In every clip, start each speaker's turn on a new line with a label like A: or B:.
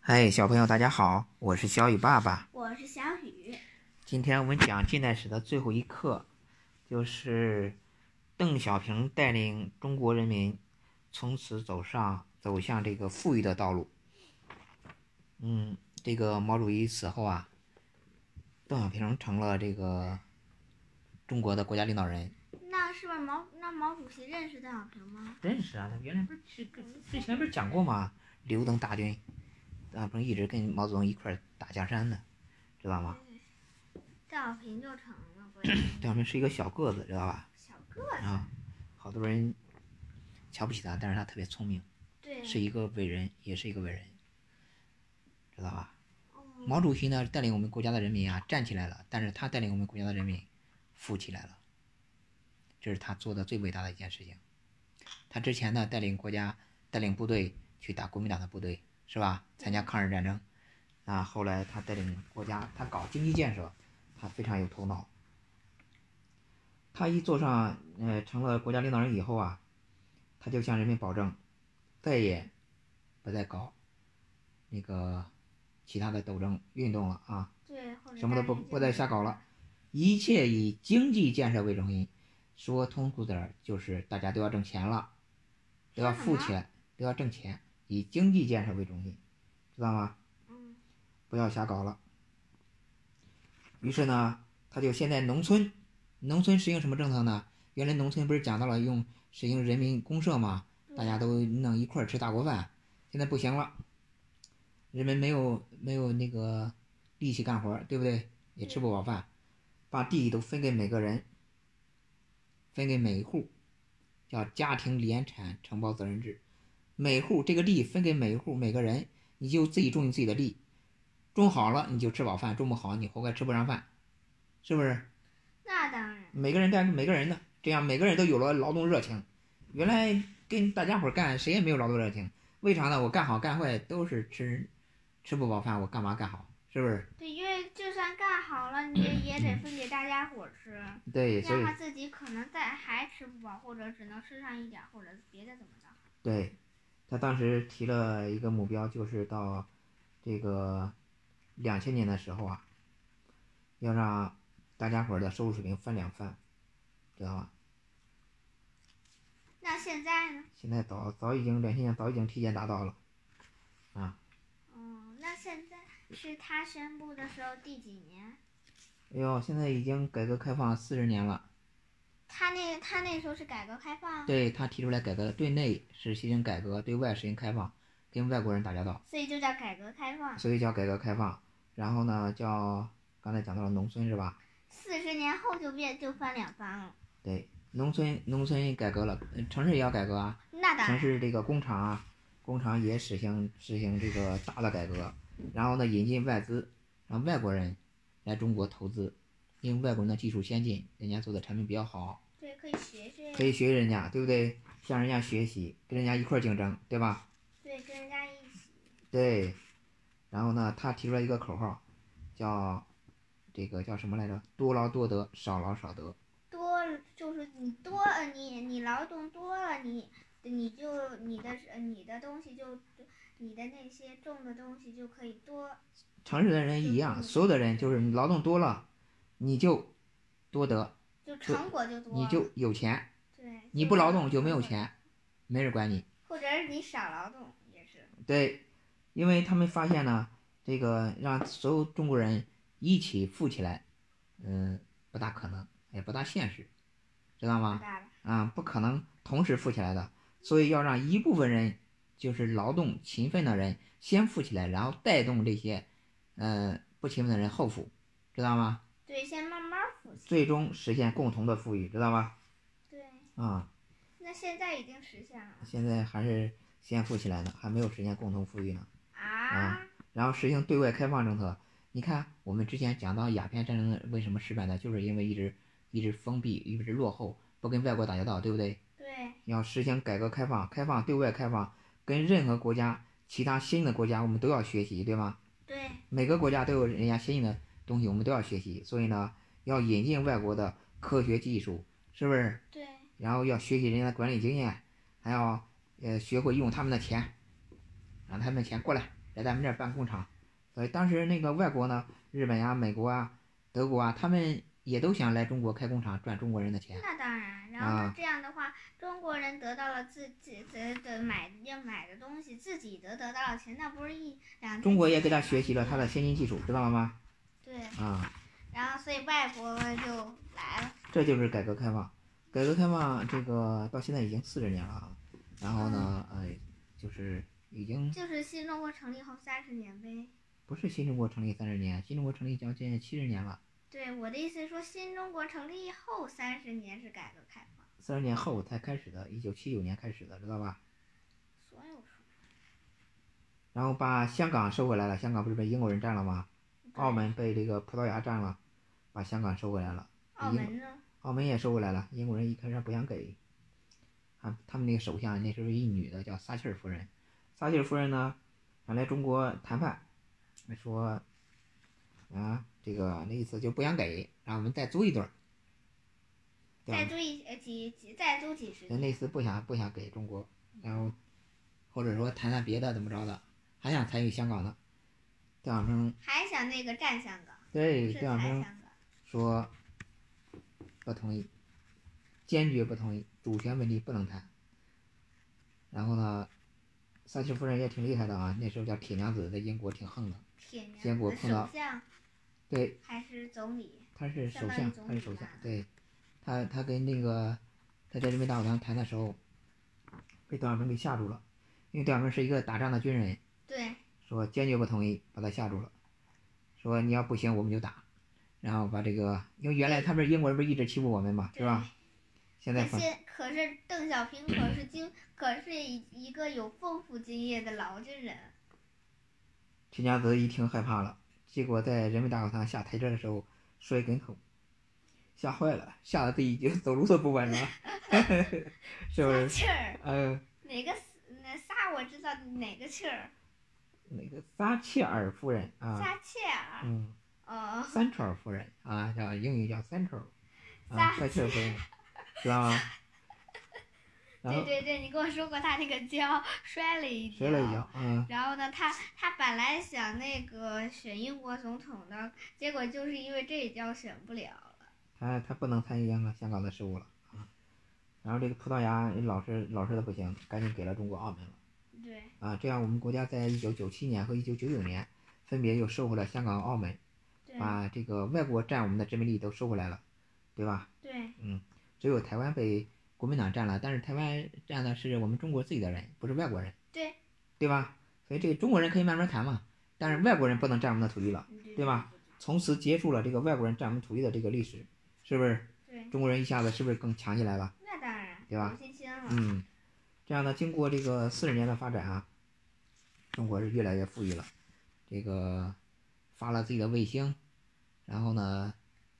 A: 嗨，小朋友，大家好，我是小雨爸爸。
B: 我是小雨。
A: 今天我们讲近代史的最后一课，就是邓小平带领中国人民从此走上走向这个富裕的道路。嗯，这个毛主席死后啊，邓小平成了这个中国的国家领导人。
B: 那是不是毛那毛主席认识邓小平吗？
A: 认识啊，他原来不是之之前不是讲过吗？刘邓大军，邓小平一直跟毛泽东一块儿打江山呢，知道吗？
B: 邓小平就成了国家
A: 邓小平是一个小个子，知道吧？
B: 小个子。
A: 啊，好多人瞧不起他，但是他特别聪明，
B: 对。
A: 是一个伟人，也是一个伟人，知道吧？
B: 哦。
A: 毛主席呢，带领我们国家的人民啊站起来了，但是他带领我们国家的人民富起来了，这是他做的最伟大的一件事情。他之前呢，带领国家、带领部队去打国民党的部队，是吧？参加抗日战争。啊，后来他带领国家，他搞经济建设，他非常有头脑。他一坐上呃成了国家领导人以后啊，他就向人民保证，再也不再搞那个其他的斗争运动了啊，
B: 对，后来
A: 什么都
B: 大
A: 不
B: 跃进
A: 不再瞎搞了，一切以经济建设为中心。说通俗点儿，就是大家都要挣钱了，都要
B: 说什
A: 富
B: 么
A: 起来，都要挣钱，以经济建设为中心，知道吗？
B: 嗯，
A: 不要瞎搞了。于是呢，他就现在农村，农村实行什么政策呢？原来农村不是讲到了用实行人民公社吗？
B: 对
A: 大家都弄一块儿吃大锅饭，现在不行了，人们没有没有那个力气干活儿，对不对？也吃不饱饭，把地都分给每个人，分给每一户，叫家庭联产承包责任制，每户这个地分给每一户每个人，你就自己种你自己的地，种好了你就吃饱饭，种不好你活该吃不上饭，是不是？
B: 那当然。
A: 每个人干每个人的，这样每个人都有了劳动热情。原来跟大家伙儿干，谁也没有劳动热情，为啥呢？我干好干坏都是吃吃不饱饭，我干嘛干好？是不是？
B: 对，因为就算干好了，你也得分给大家伙儿吃，
A: 对，所
B: 让
A: 以
B: 他自己可能再还吃不饱，或者只能吃上一点儿，或者别的怎么着。
A: 对，他当时提了一个目标，就是到这个两千年的时候啊，要让大家伙儿的收入水平翻两番，知道吧？
B: 那现在呢？
A: 现在早早已经两千年早已经提前达到了。
B: 嗯，那现在是他宣布的时候第几年？
A: 哎呦，现在已经改革开放四十年了。
B: 他那他那时候是改革开放，
A: 对他提出来改革，对内是实行改革，对外实行开放，跟外国人打交道，
B: 所以就叫改革开放。
A: 所以叫改革开放。然后呢，叫刚才讲到了农村是吧？
B: 四十年后就变就翻两番了，
A: 对，农村农村改革了，呃城市也要改革啊。
B: 那当
A: 城
B: 然。
A: 市这个工厂啊，工厂也实行实行这个大的改革，然后呢引进外资，让外国人来中国投资，因为外国人的技术先进，人家做的产品比较好，
B: 对，可以学学
A: 可以学人家，对不对？向人家学习，跟人家一块儿竞争，对吧？
B: 对，跟人家一起。
A: 对。然后呢，他提出来一个口号，叫这个叫什么来着？多劳多得，少劳少得。
B: 多就是你多了，你你劳动多了，你你就你的你的东西就你的那些种的东西就可以多。
A: 城市的人一样，所有的人就是你劳动多了，你就多得，
B: 就成果就多，
A: 你就有钱。
B: 对，
A: 你不劳动就没有，钱，没人管你。
B: 或者是你少劳动也是，
A: 对，因为他们发现呢，这个让所有中国人一起富起来，嗯，不大可能，也不大现实，知道
B: 知
A: 吗？
B: 道吧？
A: 啊、不可能同时富起来的，所以要让一部分人，就是劳动勤奋的人先富起来，然后带动这些，呃，不勤奋的人后富，知道吗？
B: 对，先慢慢复习。
A: 最终实现共同的富裕，知道吗？
B: 对，
A: 啊、
B: 那现在已经实现了
A: 现在还是先富起来呢，还没有实现共同富裕呢。
B: 啊！
A: 然后实行对外开放政策。你看，我们之前讲到鸦片战争的为什么失败呢？就是因为一直一直封闭，一直落后，不跟外国打交道，对不对？
B: 对，
A: 要实行改革开放，开放对外开放，跟任何国家、其他新的国家，我们都要学习，对吗？
B: 对，
A: 每个国家都有人家新的东西，我们都要学习。所以呢，要引进外国的科学技术，是不是？
B: 对，
A: 然后要学习人家的管理经验，还要呃学会用他们的钱，让他们钱过来，来咱们这儿办工厂。所以当时那个外国呢，日本呀、美国啊、德国啊，他们也都想来中国开工厂赚中国人的钱。
B: 那当然，然后
A: 啊
B: 呢这样的话，中国人得到了自己得得买要买的东西，自己得得到了钱，那不是一两天
A: 中国也
B: 就
A: 给他
B: 能
A: 学习了他的先进技术，知道了吗？
B: 对，
A: 啊、
B: 然后所以外国就来了，
A: 这就是改革开放。改革开放这个到现在已经四十年了啊，然后呢，呃，就是已经
B: 就是新中国成立后三十年呗。
A: 不是新中国成立三十年，新中国成立将近七十年了，
B: 对，我的意思是说，新中国成立后三十年是改革开放，
A: 三十年后才开始的，一九七九年开始的，知道吧？
B: 所有说
A: 然后把香港收回来了，香港不是被英国人占了吗？澳门被这个葡萄牙占了，把香港收回来了，
B: 澳门呢？
A: 澳门也收回来了，英国人一开始不想给，啊，他们那个首相那时候一女的叫撒切尔夫人，撒切尔夫人呢想来中国谈判，说啊这个那意思就不想给，让我们再租一对儿，对
B: 再
A: 吧？
B: 租一呃几几再租几十
A: 人
B: 年，
A: 类似不想不想给中国，然后或者说谈谈别的怎么着的，还想参与香港呢。邓小平
B: 还想那个占香港，
A: 对
B: 是
A: 邓
B: 才
A: 小平
B: 香港。
A: 说不同意，坚决不同意，主权问题不能谈。然后呢，撒切尔夫人也挺厉害的啊，那时候叫铁娘子，在英国挺横的。
B: 铁娘
A: 结果
B: 子
A: 碰到
B: 首相
A: 对，
B: 还是总理，
A: 她是首
B: 相当于
A: 相，
B: 总
A: 她是
B: 理
A: 首相
B: 吧。
A: 对，她她跟那个她在人民大会堂谈的时候，被邓小平给吓住了，因为邓小平是一个打仗的军人，
B: 对，
A: 说坚决不同意，把他吓住了，说你要不行我们就打，然后把这个，因为原来他们英国人不是一直欺负我们嘛，是吧？现在
B: 可
A: 反
B: 是可是邓小平可是经可是一一个有丰富经验的老军人，
A: 陈家泽一听害怕了，结果在人民大会堂下台阶的时候摔跟头，吓坏了，吓得自己就走路都不稳了， 是不
B: 撒
A: 是？
B: 气儿，
A: 呃，
B: 哪个那仨我知道哪个气儿，
A: 那个撒切尔夫人啊，
B: 撒切尔，
A: 嗯，
B: 哦，
A: 三川夫人啊，叫英语叫三川，啊，
B: 撒
A: 撒切尔夫人，知道吗？然
B: 对
A: 后
B: 对对，你跟我说过他那个跤摔了一跤，
A: 摔了一跤，嗯。
B: 然后呢，他他本来想那个选英国总统的，结果就是因为这一跤选不了了。
A: 他他哎不能参与香港香港的事务了啊。然后这个葡萄牙老是老是的不行，赶紧给了中国澳门了
B: 对，
A: 啊。这样我们国家在一九九七年和一九九九年分别又收回了香港、澳门，
B: 对，
A: 把这个外国占我们的殖民地都收回来了，对吧？
B: 对，
A: 只有台湾被国民党占了，但是台湾占的是我们中国自己的人，不是外国人，
B: 对，
A: 对吧？所以这个中国人可以慢慢谈嘛，但是外国人不能占我们的土地了，
B: 对
A: 对吧？从此结束了这个外国人占我们土地的这个历史，是不是？
B: 对，
A: 中国人一下子是不是更强起来了？
B: 那当然，
A: 对吧
B: 有信心了。
A: 嗯，这样呢，经过这个四十年的发展啊，中国是越来越富裕了。这个发了自己的卫星，然后呢，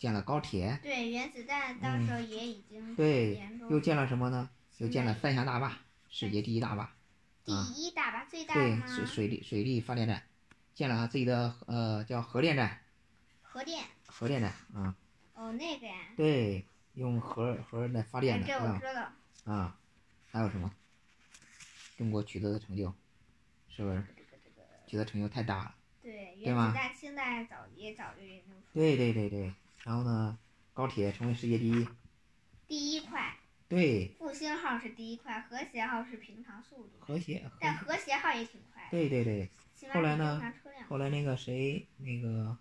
A: 建了高铁，
B: 对，原子弹到时候也已经
A: 嗯对
B: 研究
A: 又建了什么呢？又
B: 现
A: 建了
B: 在
A: 三峡大坝，世界第一大坝，
B: 第
A: 啊
B: 一大吧，最大的
A: 对，
B: 吗？
A: 水水利水利发电站，建了自己的呃叫核电站，
B: 核电，
A: 核电站啊，
B: 哦，那个呀，
A: 对，用核核来发
B: 哎
A: 电
B: 这
A: 的
B: 我
A: 啊
B: 知道。
A: 啊，还有什么？中国取得的成就，是不是
B: 这个这个，
A: 取得成就太大了？
B: 对，
A: 对
B: 原
A: 吗
B: 子弹现在早也早就研究出来
A: 对对对对，然后呢，高铁成为世界第一，
B: 第一块
A: 对，
B: 复兴号是第一块，和谐号是平常速度，
A: 和谐和
B: 但和谐号也挺快的，
A: 对对对，
B: 起码
A: 后
B: 比
A: 来
B: 正
A: 呢
B: 常车辆
A: 后来那个谁那个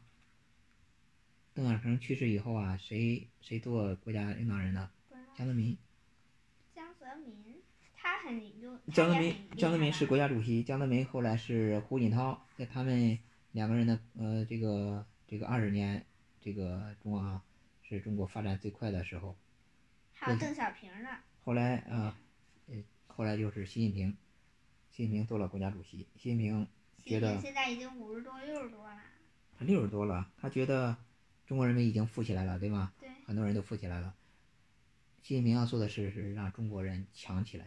A: 邓小平去世以后啊，谁谁做国家领导人呢？
B: 不知道
A: 江泽民，
B: 江泽民，他很研究，他
A: 江泽
B: 也
A: 民
B: 很厉
A: 江泽
B: 害
A: 民
B: 吧
A: 是国家主席，江泽民后来是胡锦涛，在他们两个人的呃这个这个二十年这个中啊，是中国发展最快的时候。
B: 还有邓小平呢，
A: 后来啊，呃，后来就是习近平，习近平做了国家主席。习近平
B: 习
A: 觉
B: 近
A: 得
B: 平现在已经五十多六十多了，
A: 他六十多了，他觉得中国人民已经富起来了，对吗？
B: 对
A: 很多人都富起来了。习近平要做的事是让中国人强起来，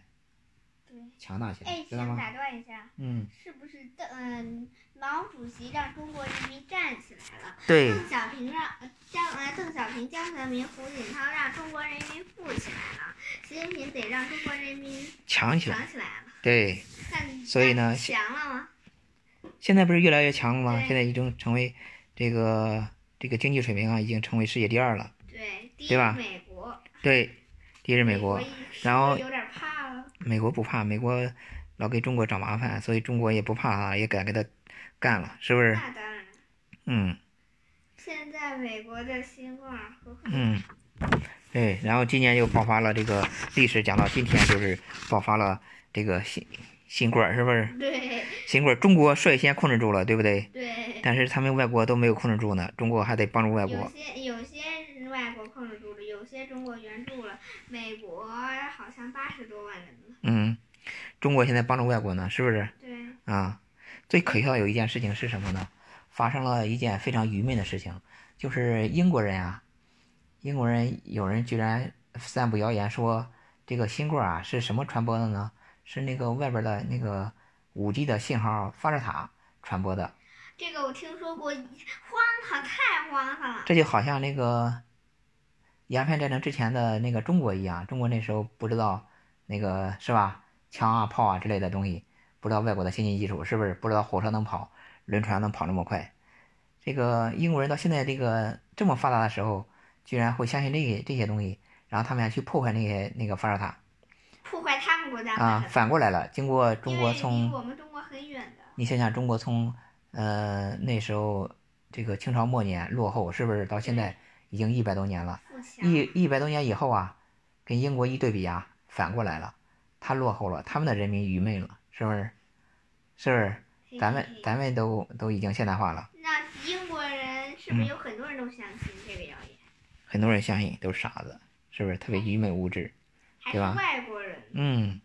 B: 对。
A: 强大起来
B: 哎，，
A: 知道
B: 想
A: 吗？
B: 打断一下，
A: 嗯，
B: 是不是邓嗯，毛主席让中国人民站起来了？
A: 对
B: 邓小平让呃江呃邓小平、江泽民、胡锦涛让中国人民富起来了，习近平得让中国人民
A: 强起
B: 强起来了。
A: 对，
B: 那你
A: 所以
B: 那
A: 呢
B: 强了吗？
A: 现在不是越来越强了吗？
B: 对
A: 现在已经成为这个这个经济水平啊，已经成为世界第二了。
B: 对，第一
A: 对吧
B: 美国，
A: 对，第一是美
B: 国
A: 国
B: 一，，
A: 然后
B: 有点怕了，
A: 美国不怕，美国老给中国找麻烦，所以中国也不怕啊，也敢跟他干了，是不是？
B: 那当然。
A: 嗯
B: 现在美国的新冠和
A: 嗯，对。然后今年又爆发了这个历史，讲到今天就是爆发了这个新新冠，是不是？
B: 对
A: 新冠中国率先控制住了，对不对？
B: 对，
A: 但是他们外国都没有控制住呢，中国还得帮助外
B: 有
A: 国。
B: 些有些外国控制住了，有些中国援助了，美国好像八十多万人了。
A: 嗯，中国现在帮助外国呢，是不是？
B: 对，
A: 啊，最可笑有一件事情是什么呢？发生了一件非常愚昧的事情，就是英国人啊，英国人有人居然散布谣言说这个新冠啊是什么传播的呢？是那个外边的那个五 G 的信号发射塔传播的。
B: 这个我听说过，荒唐太荒唐了。
A: 这就好像那个鸦片战争之前的那个中国一样，中国那时候不知道那个是吧，枪啊、炮啊之类的东西，不知道外国的先进技术，是不是不知道火车能跑，轮船能跑那么快？这个英国人到现在这个这么发达的时候，居然会相信这些这些东西，然后他们还去破坏那些那个发射塔
B: 破坏他们国家
A: 啊，
B: 的，
A: 反过来了。经过中国
B: 因为离
A: 从
B: 我们中国很远的，
A: 你想想，中国从呃那时候这个清朝末年落后，是不是到现在已经一百多年了？
B: 富强。
A: 一一百多年以后啊，跟英国一对比啊，反过来了，他落后了，他们的人民愚昧了，是不是？是不是？
B: 嘿
A: 咱
B: 嘿
A: 们
B: 嘿
A: 咱们都都已经现代化了，
B: 那英国人是不
A: 嗯
B: 是有很多人都相信这个谣言？
A: 很多人相信都是傻子，是不是？特别愚昧无知。
B: 还是
A: 对吧
B: 外国人？
A: 嗯，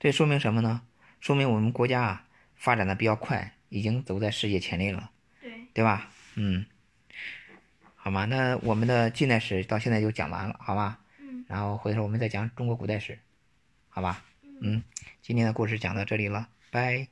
A: 这说明什么呢？说明我们国家啊发展的比较快，已经走在世界前列了，
B: 对，
A: 对吧？嗯，好吗？那我们的近代史到现在就讲完了，好吗？
B: 嗯
A: 然后回头我们再讲中国古代史，好吧？
B: 嗯。
A: 嗯，今天的故事讲到这里了，拜。